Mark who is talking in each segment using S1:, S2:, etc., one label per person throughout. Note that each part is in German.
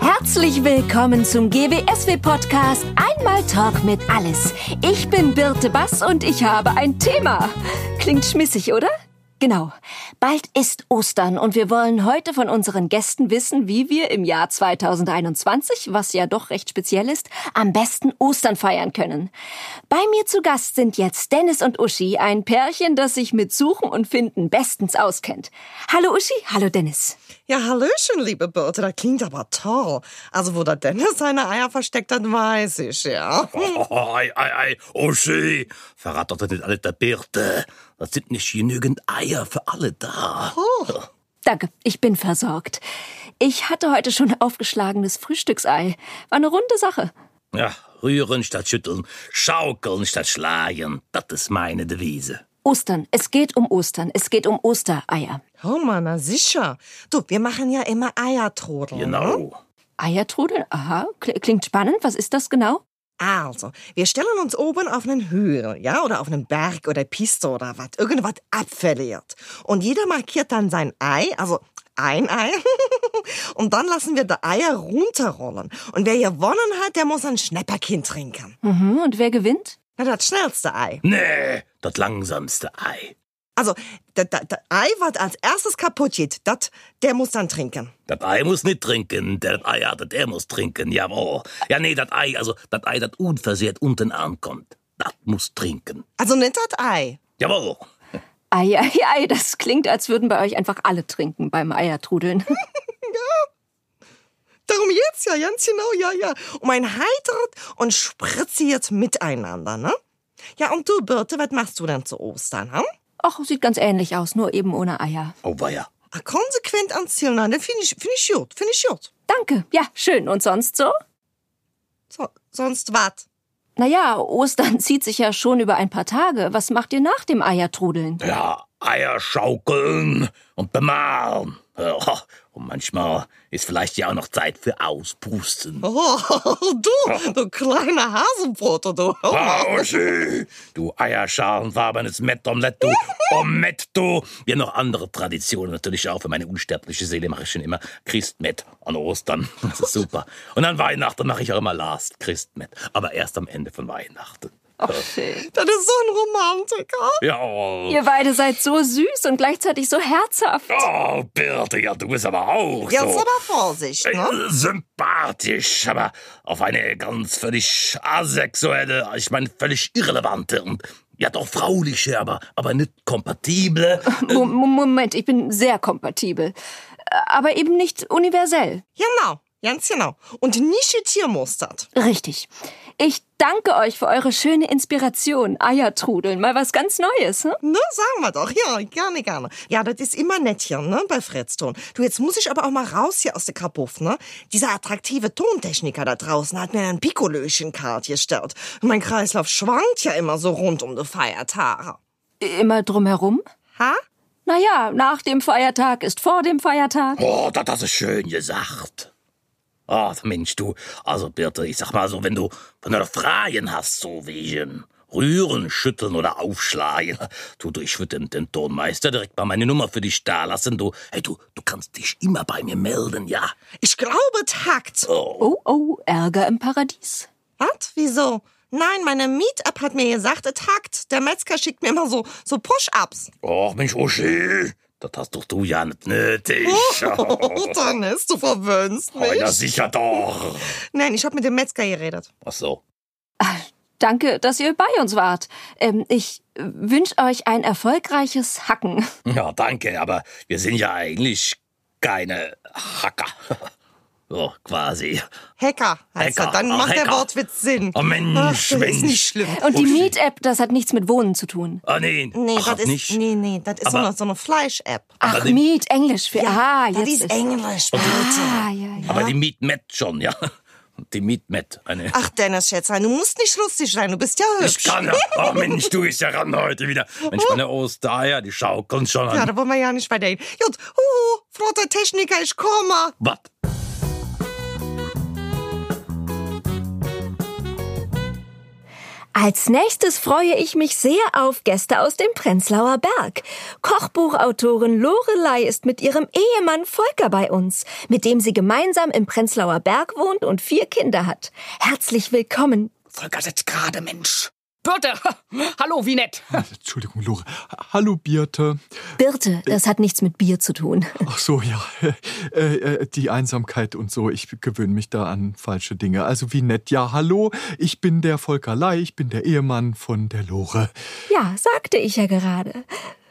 S1: Herzlich willkommen zum GWSW-Podcast Einmal Talk mit Alles. Ich bin Birte Bass und ich habe ein Thema. Klingt schmissig, oder? Genau. Bald ist Ostern und wir wollen heute von unseren Gästen wissen, wie wir im Jahr 2021, was ja doch recht speziell ist, am besten Ostern feiern können. Bei mir zu Gast sind jetzt Dennis und Uschi, ein Pärchen, das sich mit Suchen und Finden bestens auskennt. Hallo Uschi, hallo Dennis.
S2: Ja, hallöchen, liebe Birte, das klingt aber toll. Also, wo der Dennis seine Eier versteckt hat, weiß ich, ja.
S3: Oh, ei, ei, ei, Uschi, verrat doch nicht alle der Birte. Da sind nicht genügend Eier für alle da.
S1: Danke, ich bin versorgt. Ich hatte heute schon aufgeschlagenes Frühstücksei. War eine runde Sache.
S3: Ja, rühren statt schütteln, schaukeln statt schlagen, das ist meine Devise.
S1: Ostern, es geht um Ostern, es geht um Ostereier.
S2: Oh Mann, na sicher. Du, wir machen ja immer Eiertrodel. ne?
S3: Genau.
S1: Eiertrudeln? Aha, kl- klingt spannend. Was ist das genau?
S2: Also, wir stellen uns oben auf einen Hügel, ja, oder auf einen Berg oder Piste oder was, irgendwas abverliert. Und jeder markiert dann sein Ei, also ein Ei. Und dann lassen wir die Eier runterrollen. Und wer gewonnen hat, der muss ein Schnäpperkind trinken.
S1: Mhm, und wer gewinnt?
S2: Na, das schnellste Ei.
S3: Nee, das langsamste Ei.
S2: Also, das Ei, was als erstes kaputt geht, das, der muss dann trinken.
S3: Das Ei muss nicht trinken, der das Ei hat, der muss trinken, jawohl. Ja, nee, das Ei, also das Ei, das unversehrt unten ankommt, das muss trinken.
S2: Also nicht das Ei.
S3: Jawohl.
S1: Ei, ei, ei, das klingt, als würden bei euch einfach alle trinken beim Eiertrudeln.
S2: Darum jetzt ja, ganz genau, ja, ja. Um ein heitert und spritziert Miteinander, ne? Ja, und du, Birte, was machst du denn zu Ostern, hm?
S1: Ach, sieht ganz ähnlich aus, nur eben ohne Eier.
S3: Oh, weia.
S2: Ah, Konsequent ans Ziel, nein, das finde ich, find ich gut, finde ich gut.
S1: Danke, ja, schön. Und sonst so?
S2: So, sonst wat?
S1: Naja, Ostern zieht sich ja schon über ein paar Tage. Was macht ihr nach dem Eiertrudeln?
S3: Ja, Eier schaukeln und bemalen. Ja, Und manchmal ist vielleicht ja auch noch Zeit für Auspusten.
S2: Oh, du, du kleiner Hasenbrot, du.
S3: Oh.
S2: hm?
S3: Pausi, du Eierschalenfarbenes Mettomlett, du Omelett, du. Wir haben noch andere Traditionen natürlich auch. Für meine unsterbliche Seele mache ich schon immer Christmet an Ostern. Das ist super. Und an Weihnachten mache ich auch immer Last Christmet. Aber erst am Ende von Weihnachten.
S1: Ach, schön.
S2: Das ist so ein Romantiker.
S3: Ja,
S1: Ihr beide seid so süß und gleichzeitig so herzhaft.
S3: oh, Birte, ja, du bist aber auch so.
S2: Jetzt aber Vorsicht, ne?
S3: Äh, Sympathisch, aber auf eine ganz völlig asexuelle, ich meine völlig irrelevante und ja doch frauliche, aber, aber nicht kompatible.
S1: Mo- Mo- Moment, ich bin sehr kompatibel. Äh, Aber eben nicht universell.
S2: Genau, ganz genau. Und nicht Tiermustert.
S1: Richtig. Ich danke euch für eure schöne Inspiration. Eiertrudeln, mal was ganz Neues. Hm?
S2: Ne, sagen wir doch. Ja, gerne, gerne. Ja, das ist immer nett hier, ne, bei Fritz Ton. Du, jetzt muss ich aber auch mal raus hier aus der Kapuff, ne? Dieser attraktive Tontechniker da draußen hat mir ein Pikolöchenkart gestellt. Mein Kreislauf schwankt ja immer so rund um die Feiertage.
S1: Immer drumherum?
S2: Ha?
S1: Naja, nach dem Feiertag ist vor dem Feiertag.
S3: Oh, das hast du schön gesagt. Ach, Mensch, du, also Birte, ich sag mal so, wenn du, wenn du noch Fragen hast, so wegen Rühren, Schütteln oder Aufschlagen, du, du ich würde den, den Tonmeister direkt mal meine Nummer für dich da lassen, du, hey, du, du kannst dich immer bei mir melden, ja.
S2: Ich glaube, es hackt.
S1: Oh, oh, Ärger im Paradies.
S2: Was? Wieso? Nein, meine Meetup hat mir gesagt, es hackt. Der Metzger schickt mir immer so, so Push-Ups.
S3: Och, Mensch, Uschi, das hast doch du ja nicht nötig.
S2: Oh, Dennis, du verwöhnst
S3: Oh, ja,
S2: mich.
S3: sicher doch.
S2: Nein, ich habe mit dem Metzger geredet.
S3: Ach so.
S1: Danke, dass ihr bei uns wart. Ähm, ich wünsche euch ein erfolgreiches Hacken.
S3: Ja, danke, aber wir sind ja eigentlich keine Hacker. So, quasi.
S2: Hacker heißt
S3: Hacker,
S2: er. Dann
S3: ach,
S2: macht der
S3: Hacker.
S2: Wortwitz Sinn.
S3: Oh, Mensch,
S2: Ach, das
S3: Mensch.
S2: ist nicht schlimm.
S1: Und die Meet-App, das hat nichts mit Wohnen zu tun.
S3: Ah, nee.
S2: Nee,
S3: Ach,
S2: das ist,
S3: nicht.
S2: nee, nee, das ist so
S3: Aber-
S2: eine, so eine Fleisch-App.
S1: Ach,
S3: Aber die-
S1: Meet, Englisch. Für, ah,
S2: das
S1: jetzt
S2: ist Englisch,
S3: Oh,
S1: Ah,
S2: bitte.
S1: ja, ja.
S3: Aber die Meat Matt schon, ja. Die Meat Matt. Eine.
S2: Ach, Dennis, Schätzlein, du musst nicht lustig sein, du bist ja hübsch.
S3: ich kann ja. Oh, Mensch, du bist ja ran heute wieder. Mensch, meine Ostereier, die schaukeln schon
S2: Ja,
S3: an.
S2: da wollen wir ja nicht weiterhin. Gut, huhu, frotter uh, Techniker, ich komme.
S3: Was?
S1: Als nächstes freue ich mich sehr auf Gäste aus dem Prenzlauer Berg. Kochbuchautorin Lorelei ist mit ihrem Ehemann Volker bei uns, mit dem sie gemeinsam im Prenzlauer Berg wohnt und vier Kinder hat. Herzlich willkommen.
S4: Volker sitzt gerade, Mensch. Birte, hallo, wie nett.
S5: Entschuldigung, Lore. Hallo, Birte.
S1: Birte, das hat nichts mit Bier zu tun.
S5: Ach so, ja. Äh, äh, die Einsamkeit und so. Ich gewöhne mich da an falsche Dinge. Also, wie nett. Ja, hallo. Ich bin der Volker Lei. Ich bin der Ehemann von der Lore.
S1: Ja, sagte ich ja gerade.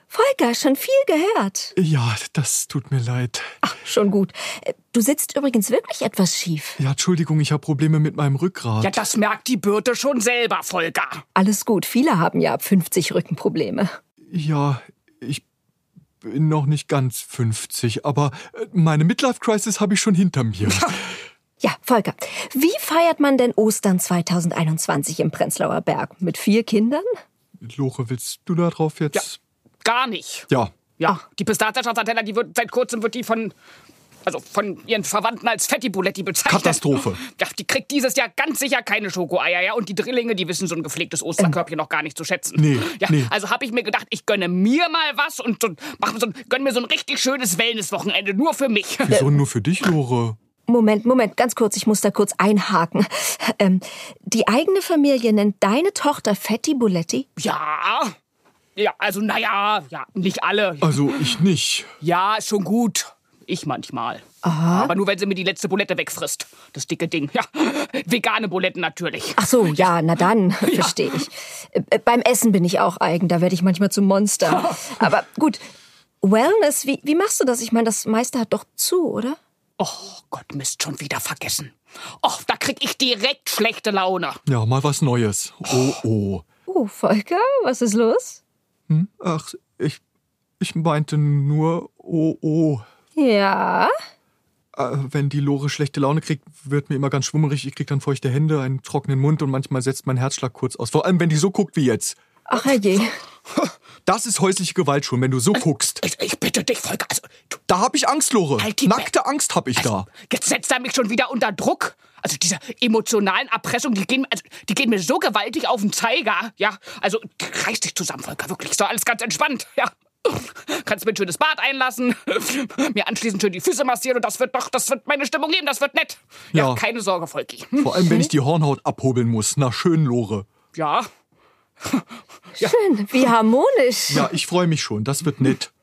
S1: Volker, schon viel gehört.
S5: Ja, das tut mir leid.
S1: Ach, schon gut. Äh, Du sitzt übrigens wirklich etwas schief.
S5: Ja, Entschuldigung, ich habe Probleme mit meinem Rückgrat.
S4: Ja, das merkt die Birte schon selber, Volker.
S1: Alles gut, viele haben ja ab 50 Rückenprobleme.
S5: Ja, ich bin noch nicht ganz 50, aber äh, meine Midlife-Crisis habe ich schon hinter mir.
S1: Ja, Volker, wie feiert man denn Ostern 2021 im Prenzlauer Berg? Mit vier Kindern?
S5: Lore, willst du da drauf jetzt?
S4: Gar nicht.
S5: Ja.
S4: Ja,
S5: Ah.
S4: die Pistazien-Stracciatella, die wird seit kurzem wird die von also von ihren Verwandten als Fetti Buletti bezeichnet.
S5: Katastrophe.
S4: Ja, die kriegt dieses Jahr ganz sicher keine Schokoeier, ja. Und die Drillinge, die wissen so ein gepflegtes Osterkörbchen noch gar nicht zu schätzen.
S5: Nee,
S4: ja,
S5: nee.
S4: Also habe ich mir gedacht, ich gönne mir mal was und, so- mach so, ein- gönn mir so ein richtig schönes Wellnesswochenende nur für mich.
S5: Wieso nur für dich, Lore?
S1: Moment, Moment, ganz kurz, ich muss da kurz einhaken. Ähm, die eigene Familie nennt deine Tochter Fetti Buletti?
S4: Ja. Ja, also naja, ja, nicht alle.
S5: Also, ich nicht.
S4: Ja, ist schon gut. Ich manchmal. Aber nur, wenn sie mir die letzte Bulette wegfrisst. Das dicke Ding. Ja, vegane Buletten natürlich.
S1: Ach so, ja, na dann, verstehe ich. Äh, äh, beim Essen bin ich auch eigen, da werde ich manchmal zum Monster. Aber gut, Wellness, wie, wie machst du das? Ich meine, das meiste hat doch zu, oder?
S4: Oh Gott, Mist, schon wieder vergessen. Och, da krieg ich direkt schlechte Laune.
S5: Ja, mal was Neues. Oh, oh.
S1: Oh, Volker, was ist los?
S5: Ach, ich, ich meinte nur, oh, oh.
S1: Ja,
S5: Äh, wenn die Lore schlechte Laune kriegt, wird mir immer ganz schwummerig. Ich krieg dann feuchte Hände, einen trockenen Mund und manchmal setzt mein Herzschlag kurz aus. Vor allem, wenn die so guckt wie jetzt.
S1: ach herrje.
S5: Das ist häusliche Gewalt schon, wenn du
S4: Also
S5: so guckst.
S4: Ich, ich bitte dich, Volker. Also, du,
S5: Da hab ich Angst, Lore.
S4: Halt die Also
S5: Nackte Angst hab ich da.
S4: jetzt setzt er mich schon wieder unter Druck. Also diese emotionalen Erpressungen, die gehen, also, die gehen mir so gewaltig auf den Zeiger. Ja, also reiß dich zusammen, Volker, wirklich. So alles ganz entspannt. Ja. Kannst mir ein schönes Bad einlassen, mir anschließend schön die Füße massieren und das wird doch, das wird meine Stimmung geben, das wird nett. Ja,
S5: Ja.
S4: keine Sorge, Volki. Hm?
S5: Vor allem, wenn ich die Hornhaut abhobeln muss. Na schön, Lore.
S4: Ja,
S1: Schön, wie harmonisch.
S5: Ja, ich freue mich schon. Das wird nett.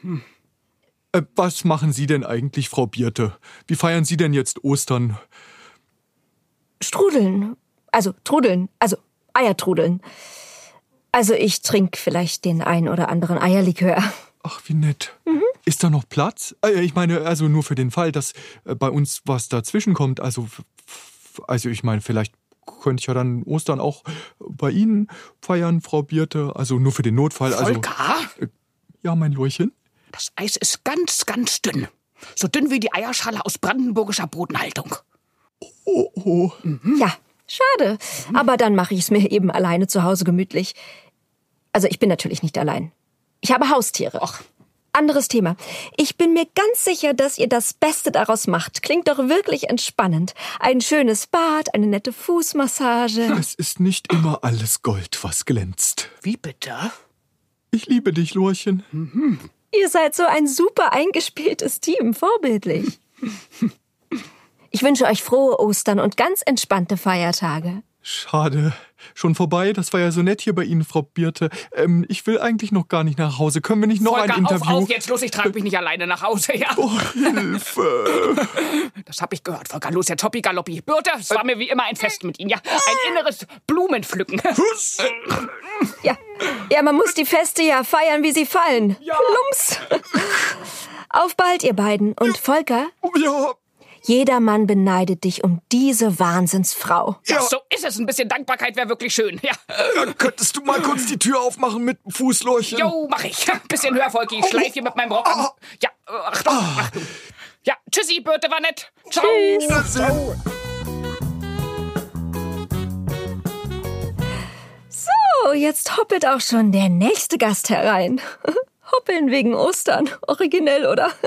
S4: Hm.
S5: Äh, was machen Sie denn eigentlich, Frau Birte? Wie feiern Sie denn jetzt Ostern?
S1: Strudeln. Also, trudeln. Also, Eiertrudeln. Also, ich trinke vielleicht den ein oder anderen Eierlikör.
S5: Ach, wie nett. Ist da noch Platz? Äh, Ich meine, also nur für den Fall, dass äh, bei uns was dazwischen kommt. Also, f- f- also ich meine, vielleicht könnte ich ja dann Ostern auch bei Ihnen feiern, Frau Birte. Also nur für den Notfall. Also,
S4: Volker.
S5: ja, mein Lurchen.
S4: Das Eis ist ganz, ganz dünn. So dünn wie die Eierschale aus brandenburgischer Bodenhaltung.
S1: Ja, schade. Aber dann mache ich es mir eben alleine zu Hause gemütlich. Also ich bin natürlich nicht allein. Ich habe Haustiere.
S4: Och.
S1: Anderes Thema. Ich bin mir ganz sicher, dass ihr das Beste daraus macht. Klingt doch wirklich entspannend. Ein schönes Bad, eine nette Fußmassage.
S5: Es ist nicht immer alles Gold, was glänzt.
S4: Wie bitte?
S5: Ich liebe dich, Lurchen.
S1: ihr seid so ein super eingespieltes Team, vorbildlich. Ich wünsche euch frohe Ostern und ganz entspannte Feiertage.
S5: Schade. Schon vorbei. Das war ja so nett hier bei Ihnen, Frau Birte. Ähm, ich will eigentlich noch gar nicht nach Hause. Können wir nicht noch
S4: Volker,
S5: ein Interview? Oh,
S4: auf, auf, jetzt los, ich trage mich nicht alleine nach Hause, ja. Das hab ich gehört, Volker, los, jetzt Hoppi Galoppi. Birte, es
S5: Äh,
S4: war mir wie immer ein Fest mit Ihnen, ja. Ein inneres Blumenpflücken.
S1: Ja, ja, man muss die Feste ja feiern, wie sie fallen. Ja. Plumps. Auf bald, ihr beiden. Und Volker,
S5: Ja,
S1: jeder Mann beneidet dich um diese Wahnsinnsfrau.
S4: Ja, so ist es. Ein bisschen Dankbarkeit wäre wirklich schön, ja.
S5: ja, könntest du mal kurz die Tür aufmachen mit dem Fußlurchen?
S4: Jo, mach ich. Bisschen höher, Volki. Ich schleif hier mit meinem Rock
S5: Ah.
S4: an. Ja, äh, Achtung, Achtung. Ja, tschüssi, Birte, war nett. Ciao.
S5: Wiedersehen.
S1: Oh, jetzt hoppelt auch schon der nächste Gast herein. Hoppeln wegen Ostern. Originell, oder?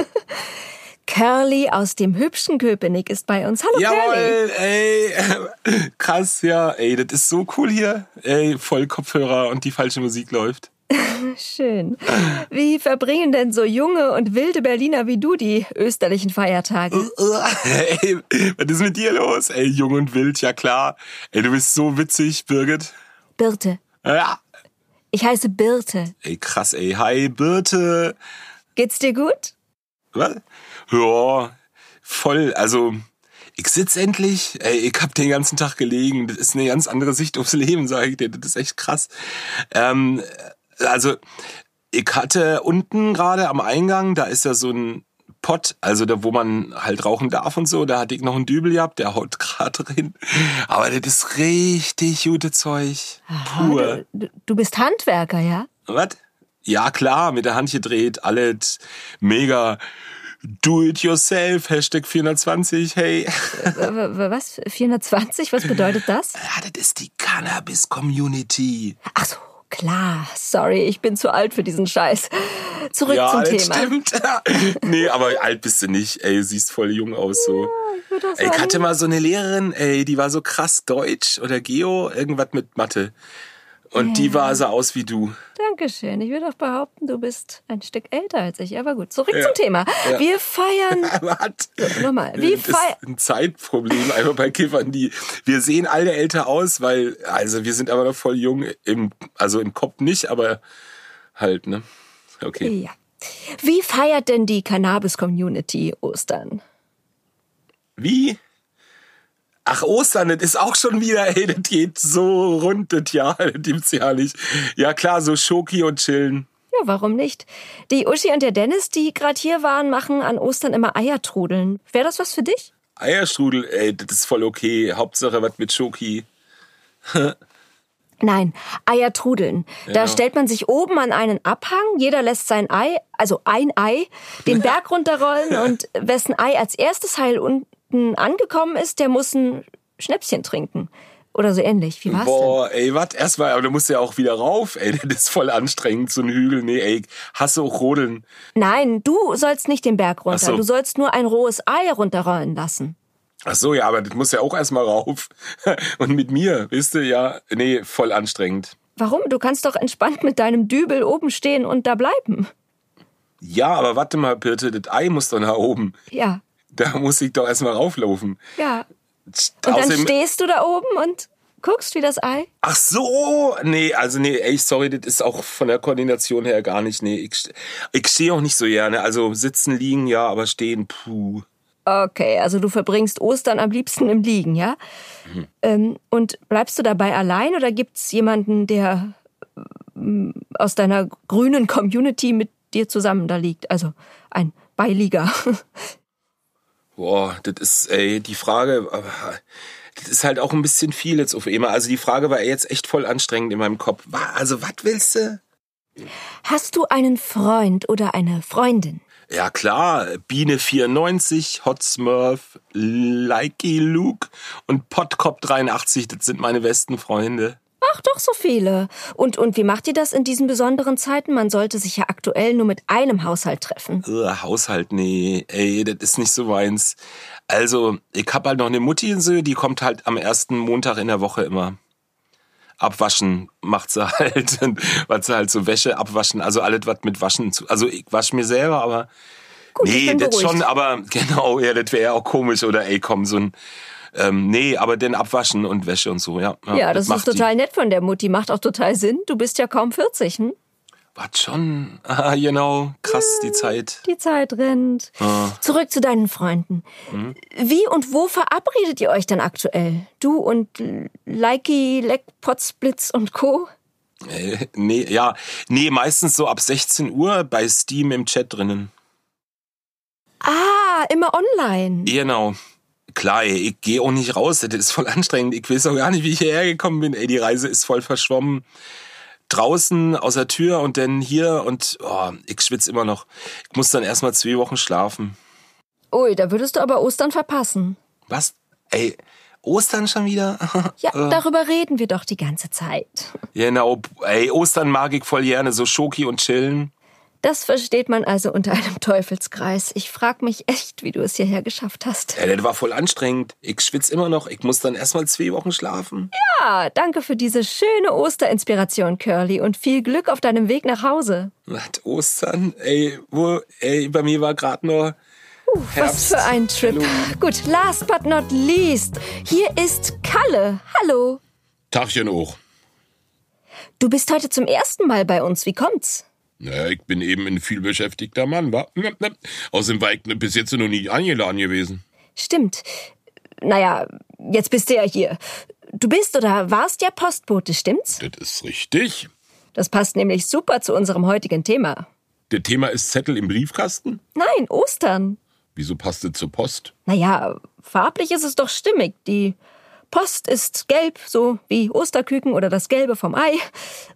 S1: Curly aus dem hübschen Köpenick ist bei uns. Hallo Curly.
S6: Jawohl, ey. Krass, ja. Ey, das ist so cool hier. Ey, voll Kopfhörer und die falsche Musik läuft.
S1: Schön. Wie verbringen denn so junge und wilde Berliner wie du die österlichen
S6: Äh.
S1: Feiertage?
S6: ey, was ist mit dir los? Ey, jung und wild, ja klar. Ey, du bist so witzig, Birgit.
S1: Birte.
S6: Ja.
S1: Ich heiße Birte.
S6: Ey, krass, ey. Hi, Birte.
S1: Geht's dir gut?
S6: Was? Ja, voll. Also, ich sitz endlich. Ey, ich hab den ganzen Tag gelegen. Das ist eine ganz andere Sicht aufs Leben, sage ich dir. Das ist echt krass. Ähm, also, ich hatte unten gerade am Eingang, da ist ja so ein Pott, also da, wo man halt rauchen darf und so. Da hatte ich noch einen Dübel gehabt, der haut gerade rein. Aber das ist richtig gute Zeug. Pur.
S1: Ah, Du, du bist Handwerker, ja?
S6: Was? Ja, klar, mit der Hand gedreht, alles mega. Do it yourself, Hashtag 420, hey.
S1: W- w- Was? 420? Was bedeutet das?
S6: Ja, das ist die Cannabis-Community.
S1: Ach so, klar. Sorry, ich bin zu alt für diesen Scheiß. Zurück zum
S6: das
S1: Thema.
S6: stimmt. nee, aber alt bist du nicht, ey, siehst voll jung aus so.
S1: Ich würde auch
S6: Ey, ich
S1: sagen,
S6: hatte mal so eine Lehrerin, ey, die war so krass Deutsch oder Geo, irgendwas mit Mathe. Und die war so aus wie du.
S1: Dankeschön. Ich würde auch behaupten, du bist ein Stück älter als ich. Aber gut, zurück zum Thema. Wir feiern.
S6: Wat?
S1: Nochmal. Wie
S6: Äh, das
S1: fei-
S6: ist ein Zeitproblem einfach bei Kiffern, die wir sehen alle älter aus, weil also wir sind aber noch voll jung im also im Kopf nicht, aber halt, ne? Okay.
S1: Ja. Wie feiert denn die Cannabis-Community Ostern?
S6: Wie? Ach, Ostern, das ist auch schon wieder, ey, das geht so rund, das Jahr, das gibt's ja nicht. Ja klar, so Schoki und chillen.
S1: Ja, warum nicht? Die Uschi und der Dennis, die gerade hier waren, machen an Ostern immer Eiertrudeln. Wäre das was für dich?
S6: Eierstrudel, ey, das ist voll okay. Hauptsache was mit Schoki.
S1: Nein, Eiertrudeln. Da
S6: genau.
S1: stellt man sich oben an einen Abhang, jeder lässt sein Ei, also ein Ei, den Berg runterrollen und wessen Ei als erstes Heil unten angekommen ist, der muss ein Schnäpschen trinken. Oder so ähnlich. Wie war's denn?
S6: Boah, ey, was? Erstmal, aber du musst ja auch wieder rauf, ey, das ist voll anstrengend, so ein Hügel. Nee, ey, hasse auch Rodeln.
S1: Nein, du sollst nicht den Berg runter.
S6: so.
S1: Du sollst nur ein rohes Ei runterrollen lassen.
S6: Ach so, ja, aber das muss ja auch erstmal rauf. Und mit mir, wisst ihr, ja, nee, voll anstrengend.
S1: Warum? Du kannst doch entspannt mit deinem Dübel oben stehen und da bleiben.
S6: Ja, aber warte mal, Birte, das Ei muss doch nach oben.
S1: Ja,
S6: Da muss ich doch erstmal rauflaufen.
S1: ja. Und dann stehst du da oben und guckst wie das Ei.
S6: ach so, nee, also nee, ey, sorry, das ist auch von der Koordination her gar nicht, nee, ich, st- ich stehe auch nicht so gerne. Also sitzen, liegen, ja, aber stehen, puh.
S1: Okay, also du verbringst Ostern am liebsten im Liegen, ja? Ähm, und bleibst du dabei allein oder gibt's jemanden, der ähm, aus deiner grünen Community mit dir zusammen da liegt? Also ein Beilieger.
S6: Boah, das ist, ey, die Frage, aber das ist halt auch ein bisschen viel jetzt auf einmal. Also die Frage war jetzt echt voll anstrengend in meinem Kopf. Wa- Also, was willst du?
S1: Hast du einen Freund oder eine Freundin?
S6: Ja klar, Biene 94, Hot Smurf, Likey Luke und Podcop 83, das sind meine besten Freunde.
S1: Ach, doch so viele. Und, und wie macht ihr das in diesen besonderen Zeiten? Man sollte sich ja aktuell nur mit einem Haushalt treffen.
S6: Ugh, äh, Haushalt, nee, ey, das ist nicht so meins. Also, ich hab halt noch eine Mutti in Söhe, die kommt halt am ersten Montag in der Woche immer. Abwaschen macht sie halt, und was sie halt so Wäsche abwaschen, also alles, was mit Waschen zu, also ich wasche mir selber, aber
S1: Gut, ich
S6: Nee,
S1: bin
S6: das
S1: beruhigt.
S6: schon, aber genau, ja, das wäre ja auch komisch oder ey, komm, so ein. Ähm, nee, aber denn abwaschen und Wäsche und so, ja.
S1: ja, das, ist
S6: macht die.
S1: total nett von der Mutti. Macht auch total Sinn. Du bist ja kaum 40, hm?
S6: Was schon? Ah, genau, krass, die Zeit.
S1: Die Zeit rennt. Zurück zu deinen Freunden. Wie und wo verabredet ihr euch denn aktuell? Du und Likey, Leck, Potzblitz und Co.
S6: Äh, nee, ja, nee, meistens so ab 16 Uhr bei Steam im Chat drinnen.
S1: Ah, immer online.
S6: Genau. Klar, ey, ich gehe auch nicht raus, das ist voll anstrengend. Ich weiß auch gar nicht, wie ich hierher gekommen bin. Ey, die Reise ist voll verschwommen. Draußen aus der Tür und dann hier und oh, ich schwitze immer noch. Ich muss dann erstmal zwei Wochen schlafen.
S1: Ui, da würdest du aber Ostern verpassen.
S6: Was? Ey, Ostern schon wieder?
S1: Ja, darüber reden wir doch die ganze Zeit.
S6: genau, ey, Ostern mag ich voll gerne, so Schoki und chillen.
S1: Das versteht man also unter einem Teufelskreis. Ich frag mich echt, wie du es hierher geschafft hast.
S7: Ja, das war voll anstrengend. Ich schwitze immer noch. Ich muss dann erstmal zwei Wochen schlafen.
S1: Ja, Ah, danke für diese schöne Osterinspiration, Curly, und viel Glück auf deinem Weg nach Hause.
S7: Hat Ostern, ey, wo, ey, bei mir war gerade nur Herbst.
S1: Was für ein Trip. Gut, last but not least, hier ist Kalle. Hallo.
S6: Tachchen hoch.
S1: Du bist heute zum ersten Mal bei uns. Wie kommt's?
S6: Na, ich bin eben ein vielbeschäftigter Mann, wa? Außerdem war ich ne, bis jetzt noch nie eingeladen gewesen.
S1: Stimmt. Naja, jetzt bist du ja hier. Du bist oder warst ja Postbote, stimmt's?
S6: Das ist richtig.
S1: Das passt nämlich super zu unserem heutigen Thema.
S6: Das Thema ist Zettel im Briefkasten.
S1: Nein, Ostern.
S6: Wieso passt das zur Post?
S1: Naja, farblich ist es doch stimmig. Die Post ist gelb, so wie Osterküken oder das Gelbe vom Ei.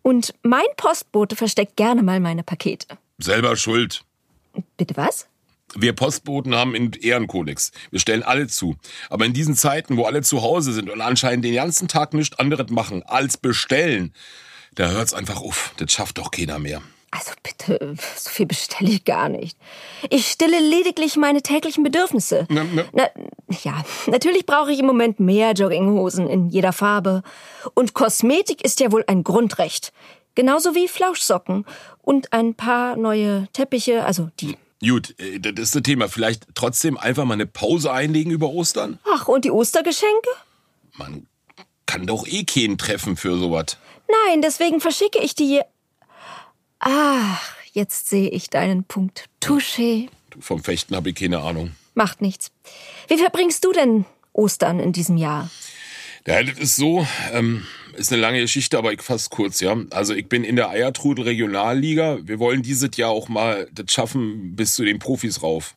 S1: Und mein Postbote versteckt gerne mal meine Pakete.
S6: Selber schuld.
S1: Bitte was?
S6: Wir Postboten haben einen Ehrenkodex. Wir stellen alle zu. Aber in diesen Zeiten, wo alle zu Hause sind und anscheinend den ganzen Tag nichts anderes machen als bestellen, da hört's einfach auf. Das schafft doch keiner mehr.
S1: Also bitte, so viel bestelle ich gar nicht. Ich stille lediglich meine täglichen Bedürfnisse.
S6: Na, na.
S1: Na, ja, natürlich brauche ich im Moment mehr Jogginghosen in jeder Farbe. Und Kosmetik ist ja wohl ein Grundrecht. Genauso wie Flauschsocken und ein paar neue Teppiche, also die.
S6: Gut, äh, das ist das Thema. Vielleicht trotzdem einfach mal eine Pause einlegen über Ostern?
S1: Ach, und die Ostergeschenke?
S6: Man kann doch eh keinen treffen für sowas.
S1: Nein, deswegen verschicke ich die. je- Ach, jetzt sehe ich deinen Punkt. Touché.
S6: Du, Vom Fechten habe ich keine Ahnung.
S1: Macht nichts. Wie verbringst du denn Ostern in diesem Jahr?
S6: Ja, das ist so, ähm, ist eine lange Geschichte, aber ich fass kurz, ja. Also ich bin in der Eiertrudel Regionalliga. Wir wollen dieses Jahr auch mal das schaffen bis zu den Profis rauf.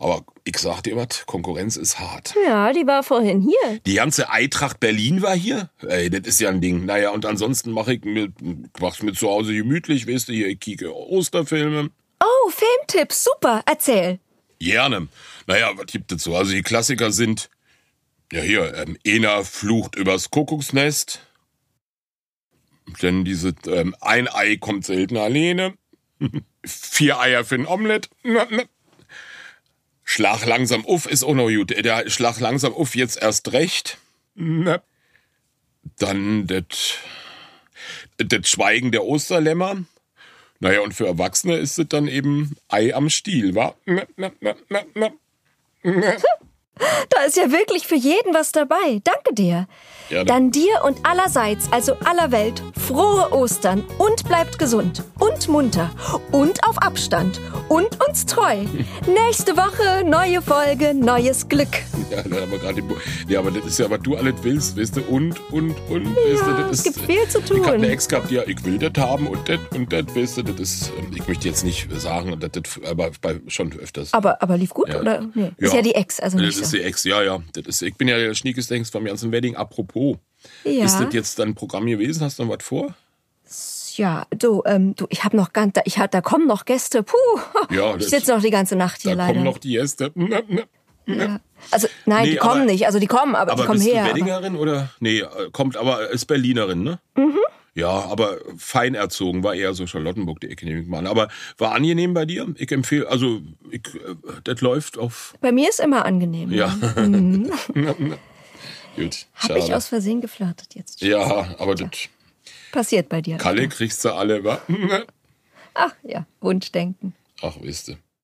S6: Aber ich sag dir was, Konkurrenz ist hart.
S1: Ja, die war vorhin hier.
S6: Die ganze Eintracht Berlin war hier? Ey, das ist ja ein Ding. Naja, und ansonsten mache ich mir, mach's mir zu Hause gemütlich, weißt du, hier, ich kicke Osterfilme.
S1: Oh, Filmtipps, super, erzähl.
S6: Gerne. Naja, was gibt es so? Also die Klassiker sind, ja hier, ähm, Ena flucht übers Kuckucksnest. Denn diese, ähm, ein Ei kommt selten alleine. Vier Eier für ein Omelett. Schlag langsam auf ist auch noch gut. Äh, Der Schlag langsam auf jetzt erst recht. Dann das das Schweigen der Osterlämmer. Naja, und für Erwachsene ist es dann eben Ei am Stiel, wa? Na, na, na, na, na.
S1: Da ist ja wirklich für jeden was dabei. Danke dir.
S6: Gerne.
S1: Dann dir und allerseits, also aller Welt, frohe Ostern und bleibt gesund und munter und auf Abstand und uns treu. Nächste Woche neue Folge, neues Glück.
S6: Ja, da haben wir gerade den Bo- ja, aber das ist ja, was du alles willst, weißt du, und, und, und, weißt du,
S1: Ja,
S6: das
S1: es
S6: ist...
S1: gibt viel zu
S6: Ich hab
S1: tun.
S6: eine Ex gehabt, ja, ich will das haben und das und das, weißt du, das ist... ähm, Ich möchte jetzt nicht sagen, das, das aber bei, schon öfters.
S1: Aber, aber lief gut,
S6: Ja.
S1: oder? Nee. Ist
S6: Ja.
S1: ja die Ex, also
S6: das
S1: nicht
S6: ist
S1: so.
S6: die Ex, ja, ja. Das ist, ich bin ja der Schniekesdenks vom ganzen Wedding. Apropos,
S1: Ja.
S6: ist das jetzt dein Programm gewesen? Hast du noch was vor?
S1: Ja, du, ähm, du, ich hab noch ganz, da- ich hab, da kommen noch Gäste. Puh,
S6: Ja,
S1: ich
S6: das-
S1: sitze noch die ganze Nacht
S6: Da
S1: hier leider.
S6: kommen noch die Gäste.
S1: ja. Also nein,
S6: Nee,
S1: die kommen
S6: aber-
S1: nicht. Also die kommen, aber, die
S6: Aber
S1: kommen
S6: bist
S1: her. aber-
S6: du Weddingerin oder? Nee, äh, kommt aber, ist Berlinerin, ne?
S1: Mhm.
S6: Ja, aber fein erzogen, war eher so Charlottenburg, die Ecke, nehme ich mal an. Aber war angenehm bei dir? Ich empfehle, also, ich, äh, das läuft auf.
S1: Bei mir ist immer angenehm.
S6: Ja.
S1: ne?
S6: Gut,
S1: Hab ich aus Versehen geflirtet jetzt.
S6: Ja, aber das
S1: Passiert bei dir.
S6: Kalle kriegst du alle, wa?
S1: Ach ja, Wunschdenken.
S6: Ach, wisst du.